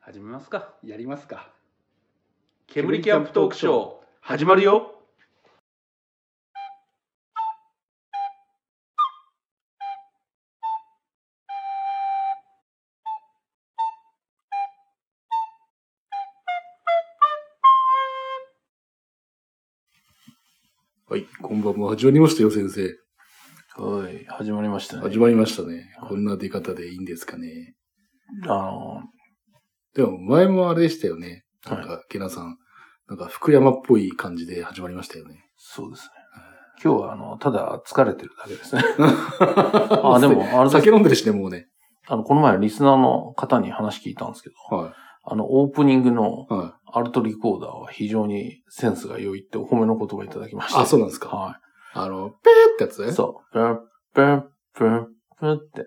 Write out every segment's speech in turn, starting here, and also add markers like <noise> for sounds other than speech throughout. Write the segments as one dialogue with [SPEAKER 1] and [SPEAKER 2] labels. [SPEAKER 1] 始めますか
[SPEAKER 2] やりますか
[SPEAKER 1] 煙キャンプトークショー始まるよ
[SPEAKER 3] はい、こんばんは。始まりましたよ、先生。
[SPEAKER 4] はい、始まりましたね。
[SPEAKER 3] 始まりましたね。こんな出方でいいんですかね。
[SPEAKER 4] あ
[SPEAKER 3] でも、前もあれでしたよね。
[SPEAKER 4] の、
[SPEAKER 3] なん
[SPEAKER 4] はい、
[SPEAKER 3] か、ケナさん。なんか、福山っぽい感じで始まりましたよね。
[SPEAKER 4] そうですね。今日は、あの、ただ疲れてるだけですね。 <laughs>
[SPEAKER 3] あ
[SPEAKER 4] あ、
[SPEAKER 3] <laughs>
[SPEAKER 4] でも、あれ
[SPEAKER 3] 酒
[SPEAKER 4] 酒
[SPEAKER 3] 飲んでるしね、もうね。
[SPEAKER 4] あの、この前リスナーの方に話聞いたんですけど、
[SPEAKER 3] は
[SPEAKER 4] あの、オープニングの
[SPEAKER 3] い。はい。
[SPEAKER 4] アルトリコーダーは非常にセンスが良いってお褒めの言葉いただきました。
[SPEAKER 3] あ、そう
[SPEAKER 4] う
[SPEAKER 3] なんですか。
[SPEAKER 4] は
[SPEAKER 3] あの、ペーってやつ
[SPEAKER 4] い。
[SPEAKER 3] ね。
[SPEAKER 4] そう。ブーブーブーブーって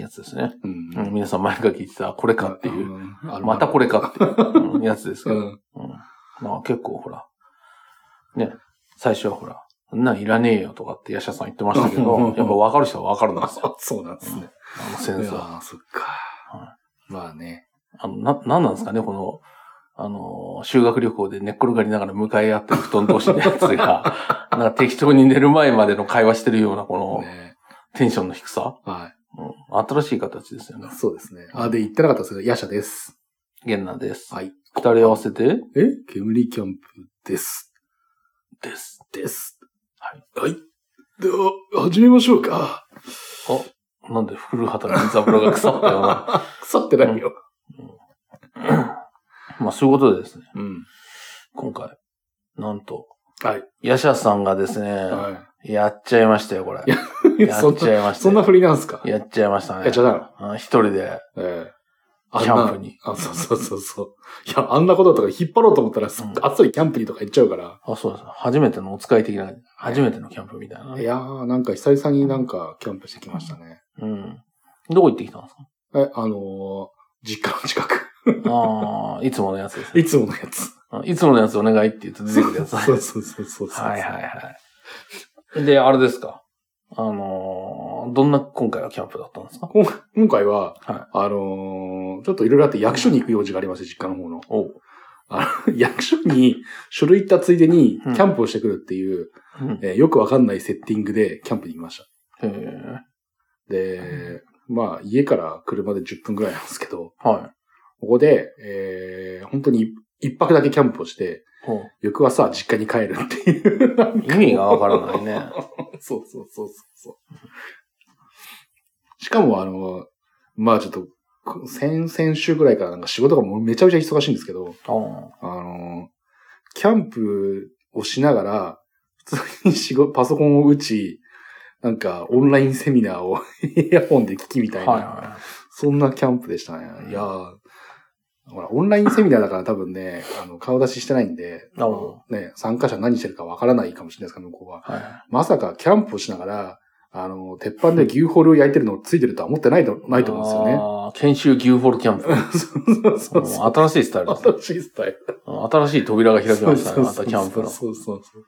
[SPEAKER 4] やつですね。
[SPEAKER 3] う。
[SPEAKER 4] うんん皆さん前から聞いてた、これかっていう。
[SPEAKER 3] ん。あの
[SPEAKER 4] またこれかっていううんやつですけ
[SPEAKER 3] う
[SPEAKER 4] ど。
[SPEAKER 3] ん。
[SPEAKER 4] うん。まあ結構ほら、ね、最初はほら、そんなんいらねえよとかってヤシャさん言ってましたけ
[SPEAKER 3] うん
[SPEAKER 4] ど、やっぱ分かる人は分かるん
[SPEAKER 3] <laughs>
[SPEAKER 4] ですよ。
[SPEAKER 3] あそうなんですね。
[SPEAKER 4] あのセ
[SPEAKER 3] い
[SPEAKER 4] ンスは。
[SPEAKER 3] やーそっか
[SPEAKER 4] は。
[SPEAKER 3] まあね。
[SPEAKER 4] あの、な、なんなんですかね、この、あの、修学旅行で寝っ転がりながら向かい合ってる布団同士のやつが、
[SPEAKER 3] <laughs>
[SPEAKER 4] なんか適当に寝る前までの会話してるようなこの
[SPEAKER 3] ね
[SPEAKER 4] テンションの低さ。
[SPEAKER 3] は
[SPEAKER 4] うん、新しい形ですよね
[SPEAKER 3] い。。そうですね。あ、で、言ってなかったですけど、ヤシャです。
[SPEAKER 4] ゲンナです。
[SPEAKER 3] はい。
[SPEAKER 4] 二人合わせて、
[SPEAKER 3] え煙キャンプです。
[SPEAKER 4] です。
[SPEAKER 3] です。
[SPEAKER 4] はい。
[SPEAKER 3] はい。では、始めましょうか。
[SPEAKER 4] なんで古畑任三郎が腐ったよう
[SPEAKER 3] <laughs>
[SPEAKER 4] な。
[SPEAKER 3] 腐ってないよ。
[SPEAKER 4] まあそういうことでですね。
[SPEAKER 3] うん。
[SPEAKER 4] 今回、なんと、
[SPEAKER 3] はい。
[SPEAKER 4] ヤシャさんがですね、
[SPEAKER 3] は
[SPEAKER 4] やっちゃいましたよ、これ。やっ
[SPEAKER 3] い。
[SPEAKER 4] ちゃい
[SPEAKER 3] そん
[SPEAKER 4] ま
[SPEAKER 3] な、
[SPEAKER 4] した。
[SPEAKER 3] そんな振りなんすか
[SPEAKER 4] やっちゃいましたね。
[SPEAKER 3] やっちゃったの
[SPEAKER 4] うん一人で、
[SPEAKER 3] ええ。
[SPEAKER 4] キャンプに
[SPEAKER 3] あんなあ、そうそうそうそう。いや、あんなことだったから引っ張ろうと思ったら、すっ
[SPEAKER 4] うん
[SPEAKER 3] あっさりキャンプにとか行っちゃうから。
[SPEAKER 4] あ、そうです。初めてのお使い的な、初めてのキャンプみたいな。
[SPEAKER 3] いやー、なんか久々になんかキャンプしてきましたね。
[SPEAKER 4] うん。どこ行ってきたん
[SPEAKER 3] <laughs>
[SPEAKER 4] です
[SPEAKER 3] え、あのー、実家の近く。
[SPEAKER 4] かああ、いつものやつですね。
[SPEAKER 3] いつものやつ。
[SPEAKER 4] うんいつものやつお願いって言うと出てくるやつ。
[SPEAKER 3] そうそうそうそうそう。
[SPEAKER 4] はいはいはい。で、あれですか。あのーどんな今回はキャンプだったんですか
[SPEAKER 3] 今回今回は、
[SPEAKER 4] は
[SPEAKER 3] あのーちょっといろいろあって役所に行く用事がありまして、実家の方の。
[SPEAKER 4] おう
[SPEAKER 3] あの、役所に書類行ったついでに、キ
[SPEAKER 4] うん
[SPEAKER 3] ャンプをしてくるっていう、
[SPEAKER 4] うん。
[SPEAKER 3] えーよくわかんないセッティングでキャンプに行きました。
[SPEAKER 4] えー、
[SPEAKER 3] で、まあ、家から車で10分ぐらいなんですけど、
[SPEAKER 4] はい。
[SPEAKER 3] ここで、えー本当に一泊だけキャンプをして、
[SPEAKER 4] おう
[SPEAKER 3] 翌朝実家に帰るっていう。 <laughs> なんか
[SPEAKER 4] 意味がわからな
[SPEAKER 3] <laughs>
[SPEAKER 4] いね。
[SPEAKER 3] そうそうそうそうそう。しかも、あの、まあちょっと、こ先々週ぐらいからなんか仕事がもうめちゃめちゃ忙しいんですけど、
[SPEAKER 4] あー
[SPEAKER 3] あの、キャンプをしながら、普通に仕事、パソコンを打ち、なんか、オンラインセミナーを <laughs> イヤホンで聞きみたいな、
[SPEAKER 4] はいはい。
[SPEAKER 3] そんなキャンプでしたね。いやーほら、オンラインセミナーだから多分ね、あの、顔出ししてないんで、
[SPEAKER 4] なるほ
[SPEAKER 3] ね、参加者何してるかわからないかもしれないですから、向こうは。
[SPEAKER 4] はい。
[SPEAKER 3] まさかキャンプをしながら、あの、鉄板で牛ホールを焼いてるのついてるとは思ってないと、ないと思うんですよね。
[SPEAKER 4] あー研修牛フォルキャンプ。
[SPEAKER 3] <laughs> そうそうそう。
[SPEAKER 4] もう新しいスタ
[SPEAKER 3] <laughs>
[SPEAKER 4] イルですね。
[SPEAKER 3] 新しいスタイル。
[SPEAKER 4] 新しい扉が開きましたね。またキャンプの。
[SPEAKER 3] そうそうそう。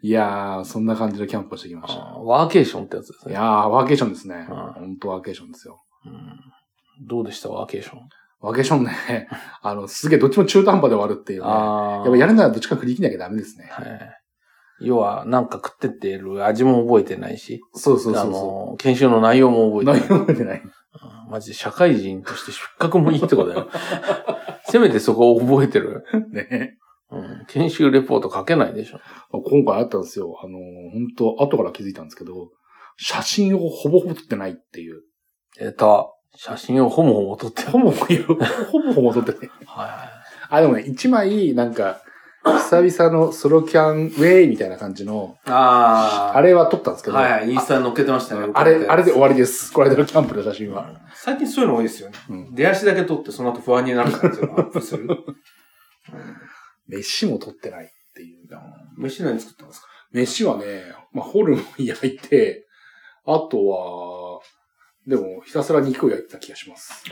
[SPEAKER 3] いやー、そんな感じのキャンプをしてきまし
[SPEAKER 4] あ
[SPEAKER 3] た。
[SPEAKER 4] ーワーケーションってやつです
[SPEAKER 3] い
[SPEAKER 4] ね。
[SPEAKER 3] やー、ワーケーションですね。
[SPEAKER 4] うん
[SPEAKER 3] 本当ワーケーションですよ。
[SPEAKER 4] うんどうでしたワーケーション。
[SPEAKER 3] ワーケーションね、 <laughs> あの、すげえどっちも中途半端で終わるっていうね。や
[SPEAKER 4] あ
[SPEAKER 3] っ
[SPEAKER 4] ー
[SPEAKER 3] ぱやるならどっちか振り切んなきゃダメですね。
[SPEAKER 4] はい。要は、なんか食ってってる味も覚えてないし、
[SPEAKER 3] そうそう
[SPEAKER 4] あ
[SPEAKER 3] そうそ
[SPEAKER 4] の、研修の内容も
[SPEAKER 3] う。
[SPEAKER 4] 覚え
[SPEAKER 3] 内
[SPEAKER 4] てない。
[SPEAKER 3] 容覚えてない。
[SPEAKER 4] うんマジで社会人として出格もいいとこだよ。 <laughs> せめてそこを覚えてる。
[SPEAKER 3] ね。
[SPEAKER 4] うん研修レポート書けないでしょ。
[SPEAKER 3] 今回あったんですよ。あの、本当後から気づいたんですけど、写真をほぼほぼ撮ってないっていう。
[SPEAKER 4] えっと、写真をほぼほぼ撮ってる。
[SPEAKER 3] ほぼほぼ、ほぼほぼ撮ってない。
[SPEAKER 4] はいはい。
[SPEAKER 3] あ、でもね、一枚、なんか、久々のソロキャンウェイみたいな感じの、
[SPEAKER 4] あ
[SPEAKER 3] あれは撮ったんですけど、
[SPEAKER 4] はいはい、インスタに載っけてましたね。
[SPEAKER 3] あれ、あれで終
[SPEAKER 4] わ
[SPEAKER 3] わりです。これでのキャンプの写真は。
[SPEAKER 4] 最近そういうの多いですよね。
[SPEAKER 3] うん
[SPEAKER 4] 出足だけ取って、その後不安になる感じのアップする。
[SPEAKER 3] 飯も撮ってないっていう。
[SPEAKER 4] <laughs> 飯何作ったんですか
[SPEAKER 3] 飯はね、まあ、ホルモン焼いて、あとは、でも、ひたすら肉を焼いてた気がします。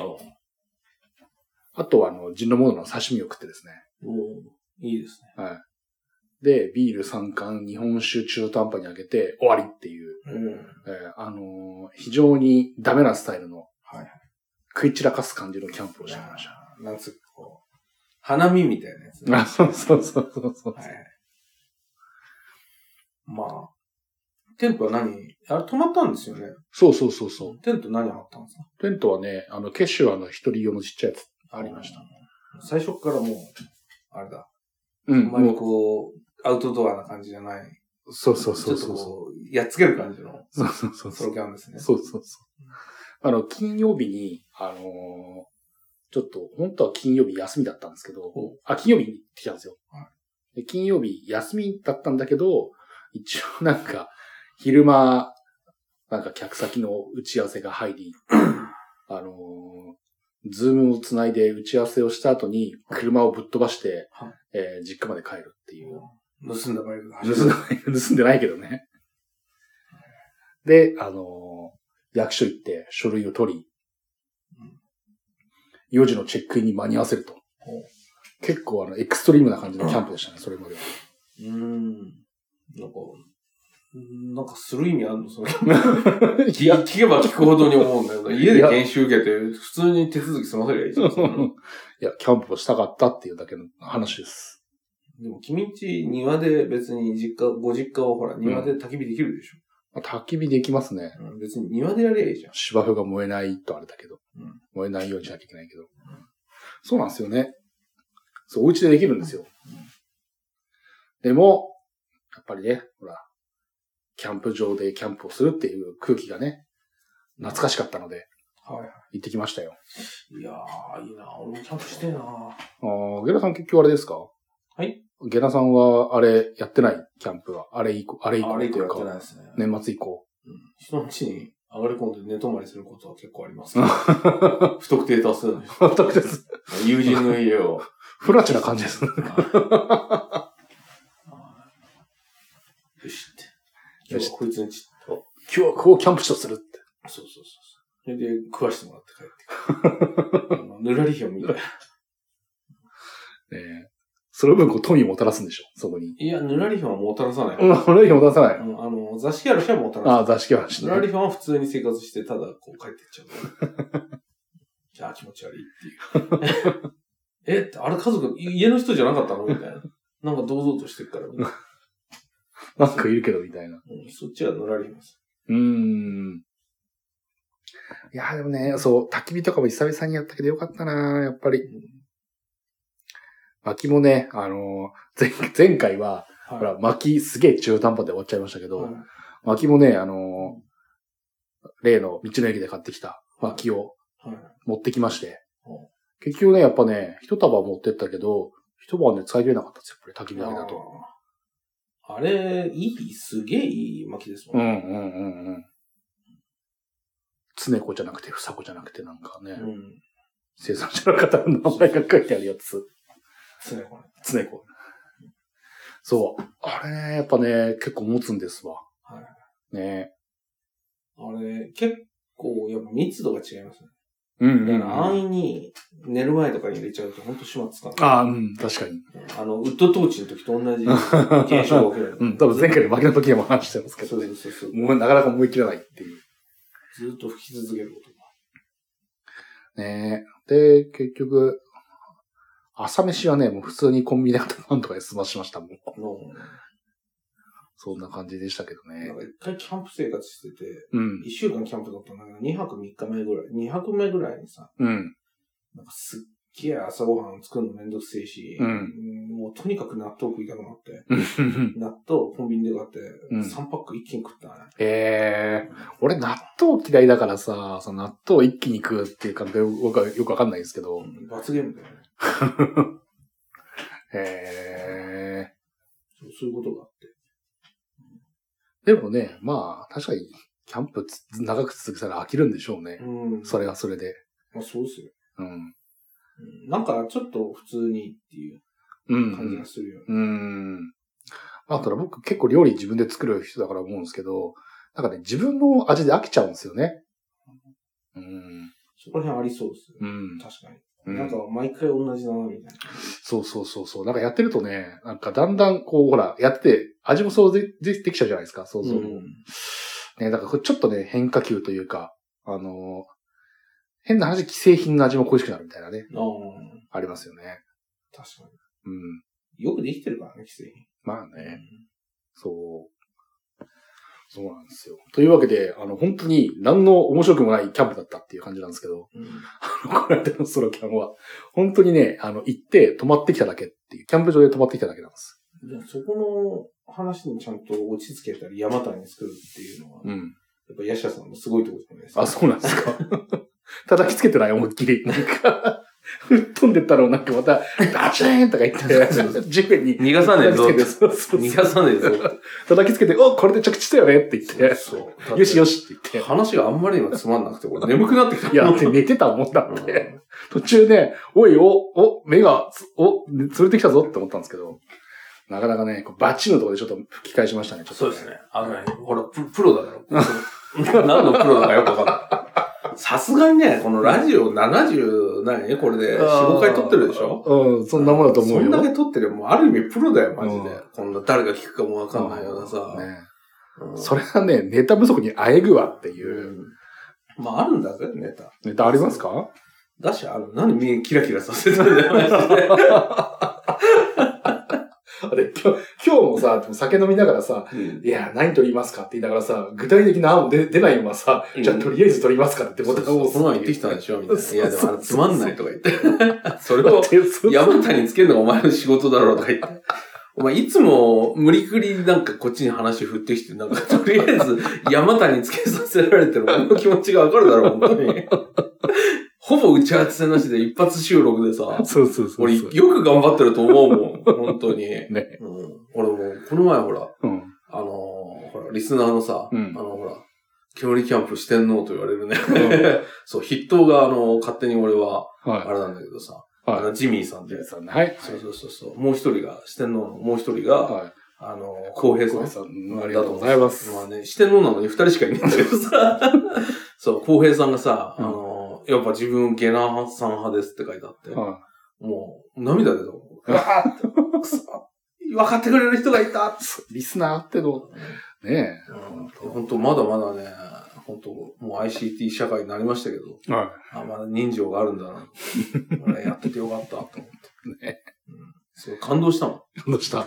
[SPEAKER 3] あとは、あの、人のものの刺身を食ってですね。
[SPEAKER 4] おいいです
[SPEAKER 3] はい。で、ビール3缶、日本酒中途半端に開けて、終わりっていう。
[SPEAKER 4] ね。うん。
[SPEAKER 3] えーあのー非常にダメなスタイルの、
[SPEAKER 4] はい
[SPEAKER 3] 食い散らかす感じのキャンプをしてきました。
[SPEAKER 4] なんつうかこう、花見みたいなやつ、
[SPEAKER 3] あ、 <laughs> そうそうそうそうそう。
[SPEAKER 4] はい。まあ、テントは何あれ止まったんですよね。
[SPEAKER 3] そうそうそうそう。
[SPEAKER 4] テント何張ったんですか
[SPEAKER 3] テントはね、あの、ケシュアの一人用のちっちゃいやつ。
[SPEAKER 4] ありました。最初からもう、あれだ。
[SPEAKER 3] う
[SPEAKER 4] あんまりこう、アウトドアな感じじゃない。
[SPEAKER 3] そうそうそうそう
[SPEAKER 4] ちょっと
[SPEAKER 3] そ
[SPEAKER 4] こう、やっつける感じの
[SPEAKER 3] う。そうそうそう
[SPEAKER 4] ソ
[SPEAKER 3] そう
[SPEAKER 4] ロ。キャンですね。
[SPEAKER 3] そうそうそう。あの、金曜日に、あのーちょっと、本当は金曜日休みだったんですけど、あ、金曜日に行ってきたんですよ。
[SPEAKER 4] は
[SPEAKER 3] で金曜日休みだったんだけど、一応なんか、昼間、なんか客先の打ち合わせが入
[SPEAKER 4] <coughs>
[SPEAKER 3] り、あのーズームをつないで打ち合わせをした後に、車をぶっ飛ばして、
[SPEAKER 4] はい
[SPEAKER 3] えー実家まで帰るっていう。
[SPEAKER 4] 盗んだバイクが走る
[SPEAKER 3] <laughs> 盗んでない、盗んでないけどね。で、あのー役所行って書類を取り
[SPEAKER 4] うん、
[SPEAKER 3] 4時のチェックインに間に合わせると
[SPEAKER 4] ほう。
[SPEAKER 3] 結構あの、エクストリームな感じのキャンプでしたね、それま
[SPEAKER 4] <laughs>
[SPEAKER 3] では。
[SPEAKER 4] うーん。なんか、うんなんかする意味あるの <laughs> それ。
[SPEAKER 3] <laughs> い
[SPEAKER 4] 聞、聞けば聞くほどに思うんだけど、家で研修受けて、普通に手続き済ませりゃいいじゃん。そんなの
[SPEAKER 3] いや、キャンプをしたかったっていうだけの話です。
[SPEAKER 4] でも君んち庭で別に実家、ご実家をほら、庭で焚き火できるでしょ。
[SPEAKER 3] まあ焚き火できますね。
[SPEAKER 4] うん別に庭でやりゃいいじゃん。
[SPEAKER 3] 芝生が燃えないとあれだけど
[SPEAKER 4] うん。
[SPEAKER 3] 燃えないようにしなきゃいけないけど。そうなんですよね。そう、お家でできるんですよ。でも、やっぱりね、ほら、キャンプ場でキャンプをするっていう空気がね、懐かしかったので、
[SPEAKER 4] は
[SPEAKER 3] 行ってきましたよ。
[SPEAKER 4] い。いやー、いいな俺もキャンプしてえな
[SPEAKER 3] あーゲラさん結局あれですか
[SPEAKER 4] はい。
[SPEAKER 3] ゲラさんは、あれ、やってないキャンプは。あれ以降、あれ以降。
[SPEAKER 4] あれ以降やってないですね。
[SPEAKER 3] 年末以降。 <laughs>
[SPEAKER 4] うん人の家に上がり込んで寝泊まりすることは結構あり <laughs> ますけど。不特定多数の人。
[SPEAKER 3] 全くです。
[SPEAKER 4] 友人の家を。
[SPEAKER 3] フラチな感
[SPEAKER 4] <laughs>
[SPEAKER 3] じです。
[SPEAKER 4] はいよしって。今日はこいつにちょっと。
[SPEAKER 3] 今日はこうキャンプ地とするって。
[SPEAKER 4] そうそうそうそう。それで食わしてもらって帰って
[SPEAKER 3] <laughs>
[SPEAKER 4] くる。あのぬらりひょんみたいな。
[SPEAKER 3] ええその分、こう、富をもたらすんでしょそこに。
[SPEAKER 4] いや、ぬらりひょんはもたらさない。
[SPEAKER 3] うん、富をもたらさない
[SPEAKER 4] あ。の、あの座敷ある人はもたらさ
[SPEAKER 3] あ
[SPEAKER 4] な
[SPEAKER 3] あ、
[SPEAKER 4] い。
[SPEAKER 3] 座敷話
[SPEAKER 4] ぬら
[SPEAKER 3] ね。
[SPEAKER 4] りひょんは普通に生活して、ただこう帰ってっちゃう。
[SPEAKER 3] <laughs>
[SPEAKER 4] じゃあ気持ち悪いっていう。え、 <laughs> あれ家族、家の人じゃなかったのみたいな。なんか堂々としてる
[SPEAKER 3] <laughs>
[SPEAKER 4] から、
[SPEAKER 3] なんかいるけど、みたいな。
[SPEAKER 4] うんそっちはぬらりひょんです。
[SPEAKER 3] うーん。いや、でもね、そう、焚き火とかも久々にやったけどよかったなやっぱり。薪もね、あのー前、前回は、
[SPEAKER 4] は
[SPEAKER 3] ほら、薪すげえ中途半端で終わっちゃいましたけど、
[SPEAKER 4] はい
[SPEAKER 3] 薪もね、あのー例の道の駅で買ってきた薪を
[SPEAKER 4] はい
[SPEAKER 3] 持ってきまして
[SPEAKER 4] うん、
[SPEAKER 3] 結局ね、やっぱね、一束持ってったけど、一晩で使い切れなかったんですよ、やっぱり焚き火だけだと。
[SPEAKER 4] あーあれ、いい、すげえいい巻きです
[SPEAKER 3] う
[SPEAKER 4] もんね。
[SPEAKER 3] んうんうんうん。つねこじゃなくて、ふさこじゃなくて、なんかね、
[SPEAKER 4] うん。
[SPEAKER 3] 生産者の方の名前が書いてあるやつ。
[SPEAKER 4] 常にこれ。
[SPEAKER 3] つねこ。そう。あれね、やっぱね、結構持つんですわ。
[SPEAKER 4] は
[SPEAKER 3] ね
[SPEAKER 4] あれ、結構、やっぱ密度が違いますね。
[SPEAKER 3] うん
[SPEAKER 4] だ
[SPEAKER 3] う
[SPEAKER 4] か
[SPEAKER 3] ん、
[SPEAKER 4] ら
[SPEAKER 3] あ
[SPEAKER 4] 安易に寝る前とかに入れちゃうと本当始末つかない。
[SPEAKER 3] あ、うん、確かに。
[SPEAKER 4] あの、ウッドトーチの時と同じ
[SPEAKER 3] <laughs>
[SPEAKER 4] 現象が起きる。
[SPEAKER 3] うん、多分前回の負けの時でも話してますけ
[SPEAKER 4] そ
[SPEAKER 3] ど
[SPEAKER 4] う
[SPEAKER 3] ね
[SPEAKER 4] そ。うそうそう。
[SPEAKER 3] もうなかなか思い切らないっていう。
[SPEAKER 4] ずっと吹き続けることが。
[SPEAKER 3] ねで、結局、朝飯はね、もう普通にコンビニで買ったパンとかで済ましましたもん。
[SPEAKER 4] の、
[SPEAKER 3] そんな感じでしたけど
[SPEAKER 4] なん
[SPEAKER 3] ね。
[SPEAKER 4] か一回キャンプ生活してて、
[SPEAKER 3] うん。
[SPEAKER 4] 一週間キャンプだったんだけど、二泊三日目ぐらい、二泊目ぐらいにさ、
[SPEAKER 3] うん。
[SPEAKER 4] なんかすっげえ朝ごはん作るのめんどくせえし、
[SPEAKER 3] うん
[SPEAKER 4] もうとにかく納豆食いたくなって、
[SPEAKER 3] うん <laughs>
[SPEAKER 4] 納豆コンビニで買って、
[SPEAKER 3] うん
[SPEAKER 4] 3パック一気に食ったね。
[SPEAKER 3] ええ俺納豆嫌いだからさ、その納豆を一気に食うっていう感覚が僕はよくわかんないんですけど。
[SPEAKER 4] うん罰ゲームだよね。
[SPEAKER 3] え
[SPEAKER 4] そうそういうことがあって。
[SPEAKER 3] えでもね、まあ、確かに、キャンプつ長く続けたら飽きるんでしょうね。
[SPEAKER 4] うん。
[SPEAKER 3] それはそれで。
[SPEAKER 4] まあそうですよ。
[SPEAKER 3] うん。
[SPEAKER 4] うんなんかちょっと普通にっていう
[SPEAKER 3] うん、
[SPEAKER 4] 感じがするよね。
[SPEAKER 3] うん。あとは僕結構料理自分で作る人だから思うんですけど、なんかね、自分の味で飽きちゃうんですよね。うん。
[SPEAKER 4] そこら辺ありそうですよ。
[SPEAKER 3] うん。
[SPEAKER 4] 確か
[SPEAKER 3] う
[SPEAKER 4] に。なん
[SPEAKER 3] ん
[SPEAKER 4] か、毎回同じだな、みたい
[SPEAKER 3] そうそうそうそう。なんかやってるとね、なんかだんだんこう、ほら、やってて、味も想像でできちゃうじゃないですか、想
[SPEAKER 4] な。
[SPEAKER 3] 像も。ね、だからこれちょっとね、変化球というか、あのー変な話、既製品の味も恋しくなるみたいなね、
[SPEAKER 4] うん。
[SPEAKER 3] ありますよね。
[SPEAKER 4] 確か
[SPEAKER 3] うん。
[SPEAKER 4] に。よくできてるからね、既製
[SPEAKER 3] まあ
[SPEAKER 4] 品。
[SPEAKER 3] ね、そう。そうなんですよ。というわけで、あの、本当に何の面白くもないキャンプだったっていう感じなんですけど、 <laughs>
[SPEAKER 4] うん。うん
[SPEAKER 3] この間のソロキャンは、本当にね、あの、行って泊まってきただけっていう、キャンプ場で泊まってきただけなんです。
[SPEAKER 4] でもそこの話にちゃんと落ち着けたり、山谷に作るっていうのは、やっ
[SPEAKER 3] ん。
[SPEAKER 4] ぱヤシャさんのすごいところじゃないですか。
[SPEAKER 3] あ、そうなんですか。 <laughs> 叩きつけてない、思いっきり。なんか、 <laughs> 吹っ飛んでったのをなんかまた、ダチーンとか言って、 <laughs> 地面に。
[SPEAKER 5] 逃がさね
[SPEAKER 4] <laughs>
[SPEAKER 5] えぞ
[SPEAKER 3] 叩きつけてそうそう
[SPEAKER 5] 逃
[SPEAKER 3] そう
[SPEAKER 5] がさねえぞ。
[SPEAKER 3] 叩きつけて、お、これで着地したよねって言って、
[SPEAKER 4] そうだって
[SPEAKER 3] よしよしって言っ
[SPEAKER 4] 話があんまり今つまんなくて、俺眠くなってきた。
[SPEAKER 3] て。いや、だって寝てたもんだって。途中ね、おい、お、お、目が、つお、連れてきたぞって思ったんですけど、なかなかね、こうバッチのところでちょっと吹き返しましたね、ちょっと、
[SPEAKER 5] そうですね。あのね、ほら、ププロだから。その何のプロだかよくわか
[SPEAKER 4] うんさすがにね、このラジオ70、何これで4、5回撮ってるでしょ
[SPEAKER 3] うん、そんなもんだと思うよ。
[SPEAKER 4] そんだけ撮ってるよ。もうある意味プロだよ、マジで
[SPEAKER 3] うん。
[SPEAKER 4] こんな誰が聞くかもわかんないようなさ。
[SPEAKER 3] ね
[SPEAKER 4] うん
[SPEAKER 3] それはね、ネタ不足にあえぐわっていうう。
[SPEAKER 4] んまああるんだぜ、ネタ。
[SPEAKER 3] ネタありますか
[SPEAKER 4] だし、あの、何目キラキラさせてたんだよ、 <laughs> マジで。
[SPEAKER 3] で今日今日もさ、でも酒飲みながらさ、いや、何取りますかって言いながらさ、具体的な案も出出ないままさ、
[SPEAKER 4] うん
[SPEAKER 3] じゃあとりあえず取りますかってボタンを押す
[SPEAKER 4] この前言ってきたんでしょみたいな。いや、でもあれつまんないとか
[SPEAKER 3] <laughs>
[SPEAKER 4] 言って。それ
[SPEAKER 3] だ
[SPEAKER 4] を
[SPEAKER 3] っ、てそう
[SPEAKER 4] 山谷につけるのがお前の仕事だろうとか言って。 <laughs> お前いつも無理くりなんかこっちに話振ってきて、なんかとりあえず山谷につけさせられてる俺の気持ちがわかるだろう、本当に。 <laughs> ほぼ打ち合わせなしで一発収録でさ、
[SPEAKER 3] そうそうそうそう。
[SPEAKER 4] 俺よく頑張ってると思うもん、本当に。
[SPEAKER 3] ね。
[SPEAKER 4] うん、俺もうこの前ほら、
[SPEAKER 3] うん。
[SPEAKER 4] あのーほら、リスナーのさ、
[SPEAKER 3] うん
[SPEAKER 4] あの、ほら、煙キャンプしてんのと言われるね。そう、筆頭が、あの、勝手に俺は、あ
[SPEAKER 3] は
[SPEAKER 4] れなんだけどさ、
[SPEAKER 3] い。
[SPEAKER 4] あ
[SPEAKER 3] は
[SPEAKER 4] の、ジミーさん
[SPEAKER 3] い。
[SPEAKER 4] で
[SPEAKER 3] ジェイ、さんねはい。
[SPEAKER 4] そうそうそうそう、もう一人が、四天王のもう一人が、
[SPEAKER 3] はい。
[SPEAKER 4] あの、浩平
[SPEAKER 3] 小林
[SPEAKER 4] さ
[SPEAKER 3] さん、
[SPEAKER 4] ん。
[SPEAKER 3] ありがとうございます。
[SPEAKER 4] まあね、四天王なのに二人しかいないんだけどさ、
[SPEAKER 3] <laughs>
[SPEAKER 4] そう、浩平さんがさ、
[SPEAKER 3] うん
[SPEAKER 4] あの、やっぱ自分ゲナーさん派ですって書いてあって、
[SPEAKER 3] は
[SPEAKER 4] もう、涙出たもん。うわ
[SPEAKER 3] <laughs>
[SPEAKER 4] ーって、くそ、分かってくれる人がいたっつって
[SPEAKER 3] い。リスナーあっての、ね
[SPEAKER 4] 本当まだまだね、本当もう ICT 社会になりましたけど、
[SPEAKER 3] え。は
[SPEAKER 4] あ、まだ人情があるんだな。これやっててよかったと思って。
[SPEAKER 3] <laughs> ね
[SPEAKER 4] うん、すごい感動したもん。
[SPEAKER 3] い。どうした
[SPEAKER 4] うん、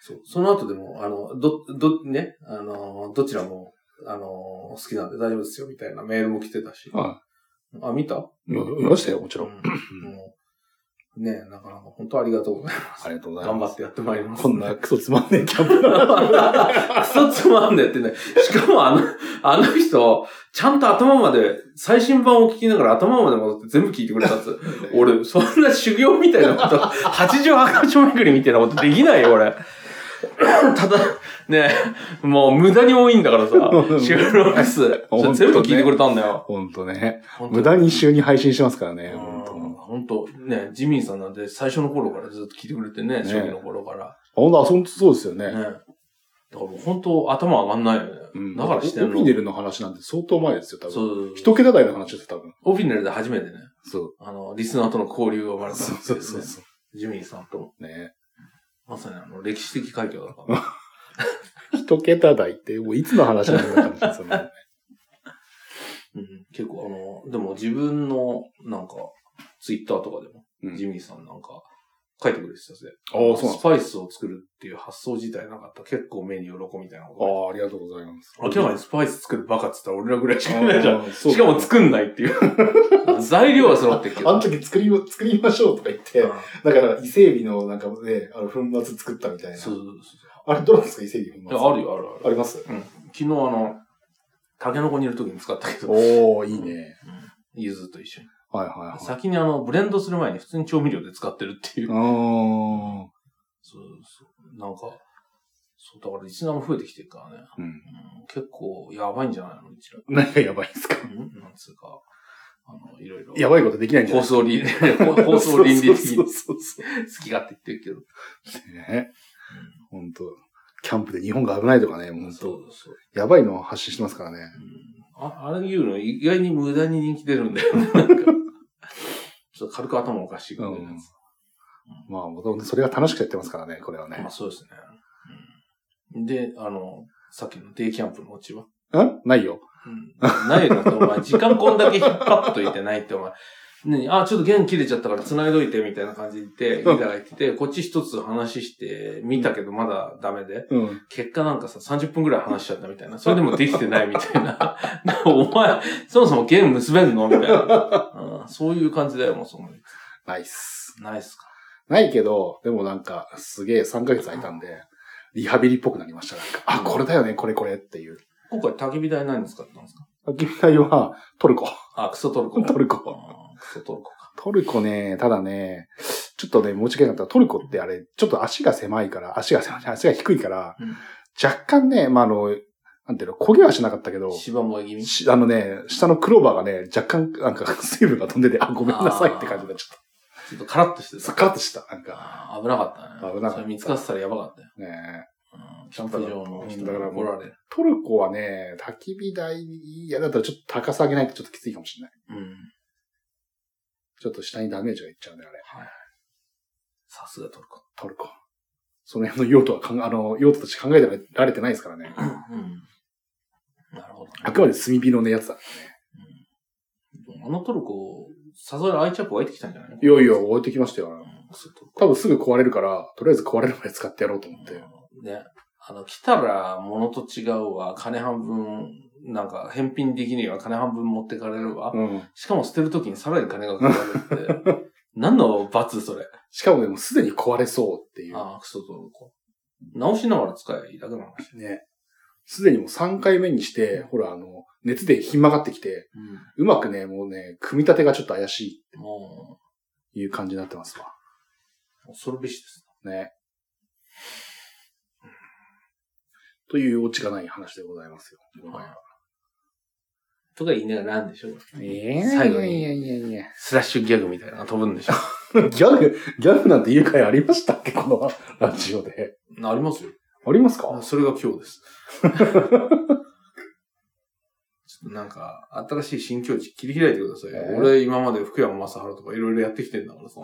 [SPEAKER 4] そうその後でも、あの、ど、ど、ね、あの、どちらも、あの、好きなんで大丈夫ですよ、みたいなメールも来てたし。
[SPEAKER 3] は
[SPEAKER 4] あ、見
[SPEAKER 3] <laughs>
[SPEAKER 4] た
[SPEAKER 3] い。いや見ましたよ、もちろん。
[SPEAKER 4] うんもうねなかなか本当ありがとうございます。
[SPEAKER 3] ありがとうござい
[SPEAKER 4] 頑
[SPEAKER 3] ま。
[SPEAKER 4] 張ってやってまいりますす。
[SPEAKER 3] こんなクソつまんねえキャンプなのに
[SPEAKER 4] クソつまんねえってね。しかもあの、あの人、ちゃんと頭まで、最新版を聞きながら頭まで戻って全部聞いてくれたっ
[SPEAKER 3] <laughs>
[SPEAKER 4] つ。俺、そんな修行みたいなこと、88箇所巡りみたいなことできないよ、俺。ただ、ねえもう無駄に多いんだから
[SPEAKER 3] <laughs>
[SPEAKER 4] さ、収録数。それ全部聞いてくれたんだよ。
[SPEAKER 3] ほんとね。無駄に週に配信してますからね。ほんと
[SPEAKER 4] うん本当ね、ジミーさんなんて最初の頃からずっと聞いてくれてね、
[SPEAKER 3] ね
[SPEAKER 4] 初期の頃から。
[SPEAKER 3] ほんと、あ、そんそうですよね。
[SPEAKER 4] ね。だからもう本当頭上がんないよね。
[SPEAKER 3] うん。
[SPEAKER 4] だからしてん
[SPEAKER 3] オ
[SPEAKER 4] の
[SPEAKER 3] フィネルの話なんて相当前ですよ、多分。
[SPEAKER 4] そう。
[SPEAKER 3] 一桁台の話です、多分。
[SPEAKER 4] オフィネルで初めてね、
[SPEAKER 3] そう。
[SPEAKER 4] あの、リスナーとの交流が生まれたんです
[SPEAKER 3] そ
[SPEAKER 4] よ
[SPEAKER 3] う
[SPEAKER 4] ね。
[SPEAKER 3] そうそうそ
[SPEAKER 4] ジミーさんと。
[SPEAKER 3] う。ね
[SPEAKER 4] まさにあの、歴史的快挙だから。
[SPEAKER 3] 一桁台って、もういつの話なんだって感じですよね。
[SPEAKER 4] うん、結構あの、でも自分の、なんか、ツイッターとかでも、
[SPEAKER 3] うん
[SPEAKER 4] ジミーさんなんか、書いてくれてたぜ。
[SPEAKER 3] ああ、そうなん
[SPEAKER 4] スパイスを作るっていう発想自体なかった。結構目に喜びみたいなこと。
[SPEAKER 3] ああ、ありがとうございます。
[SPEAKER 4] 明らかにスパイス作るバカっつったら俺らぐらいしかいないじゃん。
[SPEAKER 3] ああそう
[SPEAKER 4] しかも作んないっ
[SPEAKER 3] <laughs>
[SPEAKER 4] ていう。材料は揃ってるけ
[SPEAKER 3] あの
[SPEAKER 4] ど。
[SPEAKER 3] 時作り、作りましょうとか言って、だから伊勢海老のなんかね、あの、粉末作ったみたい
[SPEAKER 4] うん
[SPEAKER 3] な。
[SPEAKER 4] そうそう
[SPEAKER 3] あれ、どうなんですか伊勢海
[SPEAKER 4] そう。い
[SPEAKER 3] 老
[SPEAKER 4] や
[SPEAKER 3] 粉
[SPEAKER 4] あるよ、あるある
[SPEAKER 3] 末。。あります
[SPEAKER 4] 昨日あの、タケノコ煮る時に使ったけど、
[SPEAKER 3] おー、いいね。
[SPEAKER 4] 柚子と一緒に。
[SPEAKER 3] はいはいはい。
[SPEAKER 4] 先にあの、ブレンドする前に普通に調味料で使ってるっていう。
[SPEAKER 3] あ
[SPEAKER 4] そうそう。なんか、そう、だからリスナーも増えてきてるからね。
[SPEAKER 3] あ。うん。
[SPEAKER 4] うん、結構、やばいんじゃないのうちら。
[SPEAKER 3] 何がやばいですか
[SPEAKER 4] うんなんつうか、あの、いろいろ。
[SPEAKER 3] やばいことできないんじゃな
[SPEAKER 4] 放
[SPEAKER 3] い
[SPEAKER 4] 送
[SPEAKER 3] <laughs>
[SPEAKER 4] 倫理、放送倫理的に
[SPEAKER 3] そうそ
[SPEAKER 4] 好
[SPEAKER 3] うそうそう
[SPEAKER 4] き勝手言ってるけど。
[SPEAKER 3] ね。本当キャンプで日本が危ないとかね、もう本
[SPEAKER 4] そう
[SPEAKER 3] 当
[SPEAKER 4] そう。
[SPEAKER 3] やばいのを発信してますからね。
[SPEAKER 4] うん、ああれ言うの意外に無駄に人気出るんだよね。なんか。 <laughs> ちょっと軽く頭おかしいからね。
[SPEAKER 3] うんまあ、もともとそれが楽しくやってますからね、これはね
[SPEAKER 4] まあ。そうですね。うんで、あの、さっきのデイキャンプのオチは
[SPEAKER 3] んないよ。 <laughs>
[SPEAKER 4] ないのと、お前、時間こんだけ引っ張っといてないって、お前。ねあ、ちょっと弦切れちゃったから繋いどいて、みたいな感じで言って、リーダーが言ってて、こっち一つ話して、見たけどまだダメで、
[SPEAKER 3] うん。
[SPEAKER 4] 結果なんかさ、30分くらい話しちゃったみたいな。それでもできてないみたいな。 <laughs> お前、そもそも弦結べんのみたいな、うんそういう感じだよ、もうその。
[SPEAKER 3] ナイス。
[SPEAKER 4] ないっすか。
[SPEAKER 3] ないけど、でもなんか、すげえ3ヶ月空いたんで、リハビリっぽくなりました。なんか、あ、これだよね、これこれっていう。
[SPEAKER 4] 今回、焚き火台何使ったんですか
[SPEAKER 3] 焚き火台は、トルコ。 <laughs>
[SPEAKER 4] あ、クソトルコ。
[SPEAKER 3] トルコ
[SPEAKER 4] あークソトルコか。
[SPEAKER 3] トルコね、ただね、ちょっとね、持ち帰ったトルコってあれ、ちょっと足が狭いから、足が狭い、足が低いから、
[SPEAKER 4] うん
[SPEAKER 3] 若干ね、まあ、あの、なんていうの、焦げはしなかったけど、
[SPEAKER 4] 芝萌え気味。
[SPEAKER 3] しあのね、下のクローバーがね、若干、なんか、水分が飛んでて、あ、ごめんなさいって感じになっちゃっ
[SPEAKER 4] ちょっとカラッとして
[SPEAKER 3] た。
[SPEAKER 4] た。
[SPEAKER 3] サカッとした、なんか、
[SPEAKER 4] あー危なかったね。
[SPEAKER 3] 危なかった
[SPEAKER 4] それ見つかってたらやばかったよ。
[SPEAKER 3] ね。
[SPEAKER 4] うんキャンプ場の人に
[SPEAKER 3] だからも
[SPEAKER 4] 怒
[SPEAKER 3] う
[SPEAKER 4] られる。
[SPEAKER 3] トルコはね、焚き火台、いや、だったらちょっと高さ上げないとちょっときついかもしれない。
[SPEAKER 4] うん。
[SPEAKER 3] ちょっと下にダメージがいっちゃうね、あれ。
[SPEAKER 4] さすがトルコ。
[SPEAKER 3] トルコ。その辺の用途はかん、あの、用途として考えてられてないですからね。
[SPEAKER 4] うん。なるほどね、
[SPEAKER 3] あくまで炭火のね、やつだ
[SPEAKER 4] あのトルコ、さぞや愛着湧いてきたんじゃない
[SPEAKER 3] いやいや、置いてきましたよ。
[SPEAKER 4] うんクソトルコ
[SPEAKER 3] 多分すぐ壊れるから、とりあえず壊れるまで使ってやろうと思って。
[SPEAKER 4] ね。あの、来たら物と違うわ。金半分、なんか返品できねえわ。金半分持ってかれるわ。
[SPEAKER 3] うん。
[SPEAKER 4] しかも捨てるときにさらに金がかか
[SPEAKER 3] <laughs>
[SPEAKER 4] るって。何の罰それ。
[SPEAKER 3] しかもね、もうすでに壊れそうっていう。
[SPEAKER 4] ああ、クソトルコ。直しながら使えばいいだけなの。
[SPEAKER 3] ね。すでにもう3回目にして、ほら、あの、熱でひん曲がってきて、
[SPEAKER 4] う
[SPEAKER 3] うまくね、もうね、組み立てがちょっと怪しいっ
[SPEAKER 4] ん。も
[SPEAKER 3] ていう感じになってますわ。
[SPEAKER 4] う、恐るべしです。
[SPEAKER 3] ね。というオチがない話でございますよ。
[SPEAKER 4] とか言いながらなんでしょう
[SPEAKER 3] ええ
[SPEAKER 4] 最後に
[SPEAKER 3] いやいやいやいや。
[SPEAKER 4] スラッシュギャグみたいなのが飛ぶんで <laughs> しょ
[SPEAKER 3] ギャグ、ギャグなんて言う回ありましたっけこのラジオで。
[SPEAKER 4] ありますよ。
[SPEAKER 3] ありますか
[SPEAKER 4] あそれが今日です。 <laughs> ちょっとなんか、新しい新境地切り開いてくださいよ。
[SPEAKER 3] えー
[SPEAKER 4] 俺、今まで福山雅治とかいろいろやってきてんだからさ。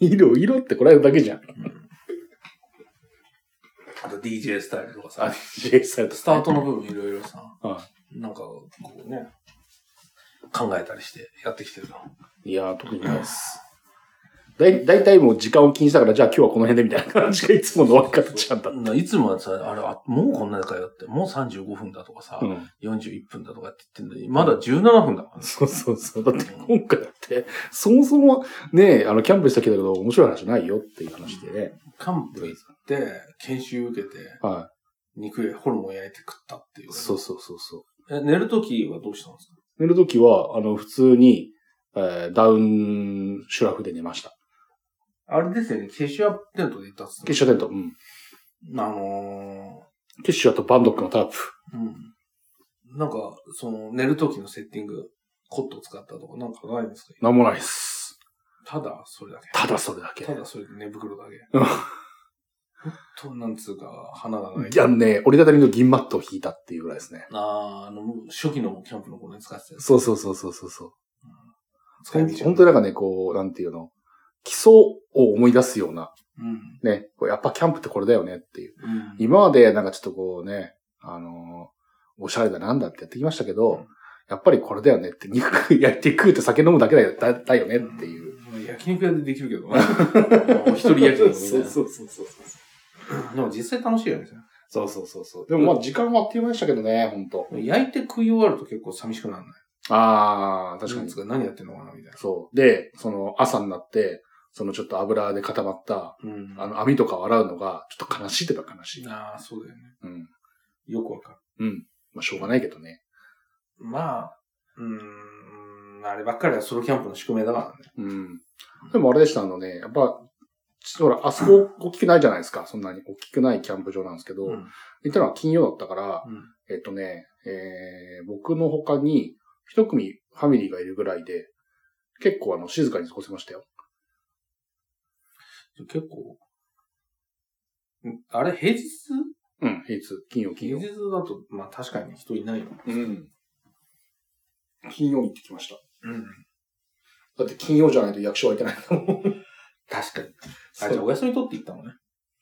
[SPEAKER 3] 色、色ってこれだけじゃん。
[SPEAKER 4] あと DJ スタイルとか
[SPEAKER 3] あ
[SPEAKER 4] さ。
[SPEAKER 3] DJ サイト
[SPEAKER 4] スタートの部分いろいろさ
[SPEAKER 3] は、
[SPEAKER 4] なんか、こうね、考えたりしてやってきてるの。
[SPEAKER 3] いやー、特にないです。だい、だいたいもう時間を気にしたから、じゃあ今日はこの辺でみたいな感じがいつもの終わり方ちゃんだ。
[SPEAKER 4] いつもはさ、あれ、あもうこんなかよって、もう35分だとかさ、
[SPEAKER 3] うん。
[SPEAKER 4] 41分だとかって言ってんのに、まだ17分だもんね。
[SPEAKER 3] そうそうそう。だって今回だって、そもそもね、あの、キャンプしたけど、面白い話ないよっていう話でね。
[SPEAKER 4] カンプ行って、研修受けて、
[SPEAKER 3] は
[SPEAKER 4] 肉やホルモン焼いて食ったってい
[SPEAKER 3] い。
[SPEAKER 4] う。
[SPEAKER 3] そうそうそうそう。
[SPEAKER 4] え、寝るときはどうしたんですか
[SPEAKER 3] 寝るときは、あの、普通に、えーダウンシュラフで寝ました。
[SPEAKER 4] あれですよね、消しアテントで行ったっすね
[SPEAKER 3] 結社テント。うん。
[SPEAKER 4] あの
[SPEAKER 3] 結社とバンドックのタープ。
[SPEAKER 4] ー、うん。なんか、その、寝るときのセッティング、コット使ったとかなんかないんですか
[SPEAKER 3] なんもないっす。
[SPEAKER 4] ただ、それだけ。
[SPEAKER 3] ただそれだけ。
[SPEAKER 4] ただ、それで寝袋だけ。
[SPEAKER 3] うん
[SPEAKER 4] ほんと、なんつうか、花がない。
[SPEAKER 3] いや、あのね、折りたたみの銀マットを引いたっていうぐらいですね。
[SPEAKER 4] あーあの、初期のキャンプの頃に使ってたやつ。
[SPEAKER 3] そうそうそうそうそうそう。
[SPEAKER 4] 使
[SPEAKER 3] ほ
[SPEAKER 4] い
[SPEAKER 3] ん
[SPEAKER 4] 道が
[SPEAKER 3] 本当になんかね、こう、なんていうの、基礎を思い出すような、
[SPEAKER 4] うん。
[SPEAKER 3] ね、こうやっぱキャンプってこれだよねっていう。
[SPEAKER 4] うん
[SPEAKER 3] 今までなんかちょっとこうね、あのーおしゃれだなんだってやってきましたけど、
[SPEAKER 4] うん
[SPEAKER 3] やっぱりこれだよねって、肉食い焼いて食うって酒飲むだけだよだだよねっていう。
[SPEAKER 4] うん。焼肉屋でできるけど <laughs> な。もう一人焼肉みたいな。
[SPEAKER 3] そうそうそうそうそう。
[SPEAKER 4] でも実際楽しいよね。
[SPEAKER 3] そうそうそうそう。でもまあ時間はあっという間でしたけどね、ほんと。
[SPEAKER 4] 焼いて食い終わると結構寂しくならない。
[SPEAKER 3] ああ、確か
[SPEAKER 4] なん
[SPEAKER 3] に
[SPEAKER 4] つ。う何やってんのかなみたいな。
[SPEAKER 3] そう。で、その朝になって、そのちょっと油で固まった、
[SPEAKER 4] うん
[SPEAKER 3] あの網とかを洗うのが、ちょっと悲しいといえば悲しい。
[SPEAKER 4] ああ、そうだよね。
[SPEAKER 3] うん。
[SPEAKER 4] よくわかる。
[SPEAKER 3] まあしょうがないけどね。
[SPEAKER 4] まあ、うーん、あればっかりはソロキャンプの宿命だからね。
[SPEAKER 3] うん。でもあれでした、あのね、やっぱ、ちほら、あそこ大きくないじゃないですか、 <laughs> そんなに。大きくないキャンプ場なんですけど、
[SPEAKER 4] うん
[SPEAKER 3] 行ったのは金曜だったから、
[SPEAKER 4] うん
[SPEAKER 3] えっとね、えー、僕の他に一組ファミリーがいるぐらいで、結構あの、静かに過ごせましたよ。
[SPEAKER 4] 結構、んあれ、平日
[SPEAKER 3] うん、平日、金曜、金曜
[SPEAKER 4] 平日。だと、まあ確かに人いないよ。
[SPEAKER 3] うん。金曜に行ってきました。
[SPEAKER 4] うん。
[SPEAKER 3] だって金曜じゃないと役所は行けないんだも
[SPEAKER 4] <laughs>
[SPEAKER 3] ん。
[SPEAKER 4] 確かに。
[SPEAKER 3] そ
[SPEAKER 4] あ、じゃあ
[SPEAKER 3] う
[SPEAKER 4] お休み取って行ったのね。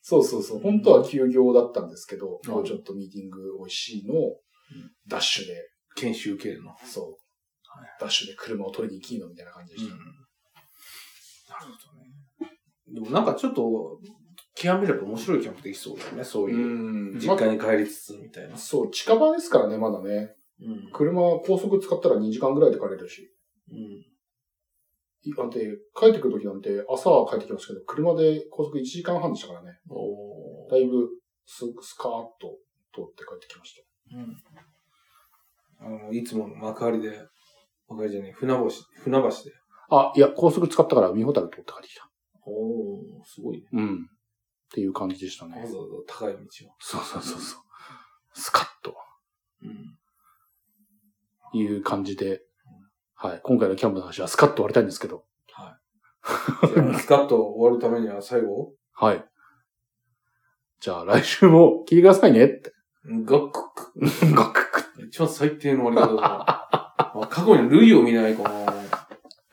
[SPEAKER 3] そうそうそう。本当は休業だったんですけど、
[SPEAKER 4] うん
[SPEAKER 3] 今日ちょっとミーティング美味しいのをダッシュで
[SPEAKER 4] 研修系の。
[SPEAKER 3] そう。ダッシュで車を取りに行きのみたいな感じで
[SPEAKER 4] うん
[SPEAKER 3] した。。
[SPEAKER 4] なるほどね。でもなんかちょっと、極めれば面白いキャンプできそうだよね、そういう。
[SPEAKER 3] ん
[SPEAKER 4] 実家に帰りつつみたいな
[SPEAKER 3] ま。そう、近場ですからね、まだね。
[SPEAKER 4] うん。
[SPEAKER 3] 車、高速使ったら2時間ぐらいで帰れるし。
[SPEAKER 4] うん。
[SPEAKER 3] いだって、帰ってくる時なんて、朝は帰ってきますけど、車で高速1時間半でしたからね。
[SPEAKER 4] おー
[SPEAKER 3] だいぶス、スカーッと通って帰ってきました。
[SPEAKER 4] うん。あの、いつもの幕張で、幕張じゃねえ、船橋、船橋で。
[SPEAKER 3] あ、いや、高速使ったから海ほたる通って帰ってきた。
[SPEAKER 4] おー、すごいね。
[SPEAKER 3] うん。っていう感じでしたね
[SPEAKER 4] わ。ざわざ高い道を。
[SPEAKER 3] そうそうそうそう。スカッと
[SPEAKER 4] うん。
[SPEAKER 3] いう感じで、はい。今回のキャンプの話はスカッと終わりたいんですけど、
[SPEAKER 4] <laughs> じゃあスカッと終わるためには最後、
[SPEAKER 3] はい。じゃあ来週も聞いてくださいね <laughs> って。
[SPEAKER 4] ガックッ
[SPEAKER 3] ガクク
[SPEAKER 4] ク。一番最低の終わり方だ
[SPEAKER 3] <laughs>
[SPEAKER 4] な。過去に類を見ない、この、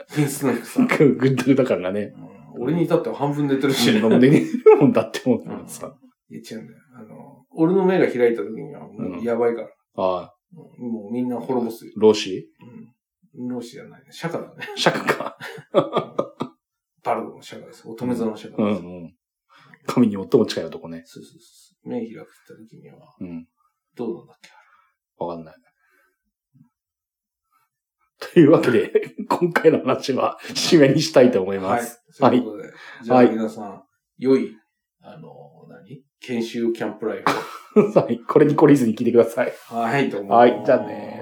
[SPEAKER 4] 品質の低さ。
[SPEAKER 3] グッドルだからね。
[SPEAKER 4] うん俺に至っては半分寝てるし。
[SPEAKER 3] 飲んでねえもんだってもんだからさ。
[SPEAKER 4] いや、違うんだよ。あの、俺の目が開いた時にはもうやばいから。
[SPEAKER 3] ああ、
[SPEAKER 4] うんもうみんな滅ぼすよ。
[SPEAKER 3] 老子
[SPEAKER 4] うん。脳死じゃないね。釈迦だね。
[SPEAKER 3] 釈迦か。
[SPEAKER 4] バルドの釈迦です。乙女座の釈
[SPEAKER 3] う
[SPEAKER 4] 迦
[SPEAKER 3] ん
[SPEAKER 4] で
[SPEAKER 3] う
[SPEAKER 4] す。
[SPEAKER 3] ん。神に最も近い男ね。
[SPEAKER 4] そうそうそう。目開くった時には、
[SPEAKER 3] うん。
[SPEAKER 4] どうなんだっけ
[SPEAKER 3] わかんない。というわけで、 <laughs> 今回の話は締めにしたいと思い
[SPEAKER 4] は
[SPEAKER 3] ま
[SPEAKER 4] い
[SPEAKER 3] す。。
[SPEAKER 4] そういうことで。じゃあ
[SPEAKER 3] はい
[SPEAKER 4] 皆さん、良い、あの、何研修キャンプライ
[SPEAKER 3] <laughs>
[SPEAKER 4] ブ。
[SPEAKER 3] はい。これに懲りずに聞いてください。
[SPEAKER 4] はい、どうも。
[SPEAKER 3] はいじゃあね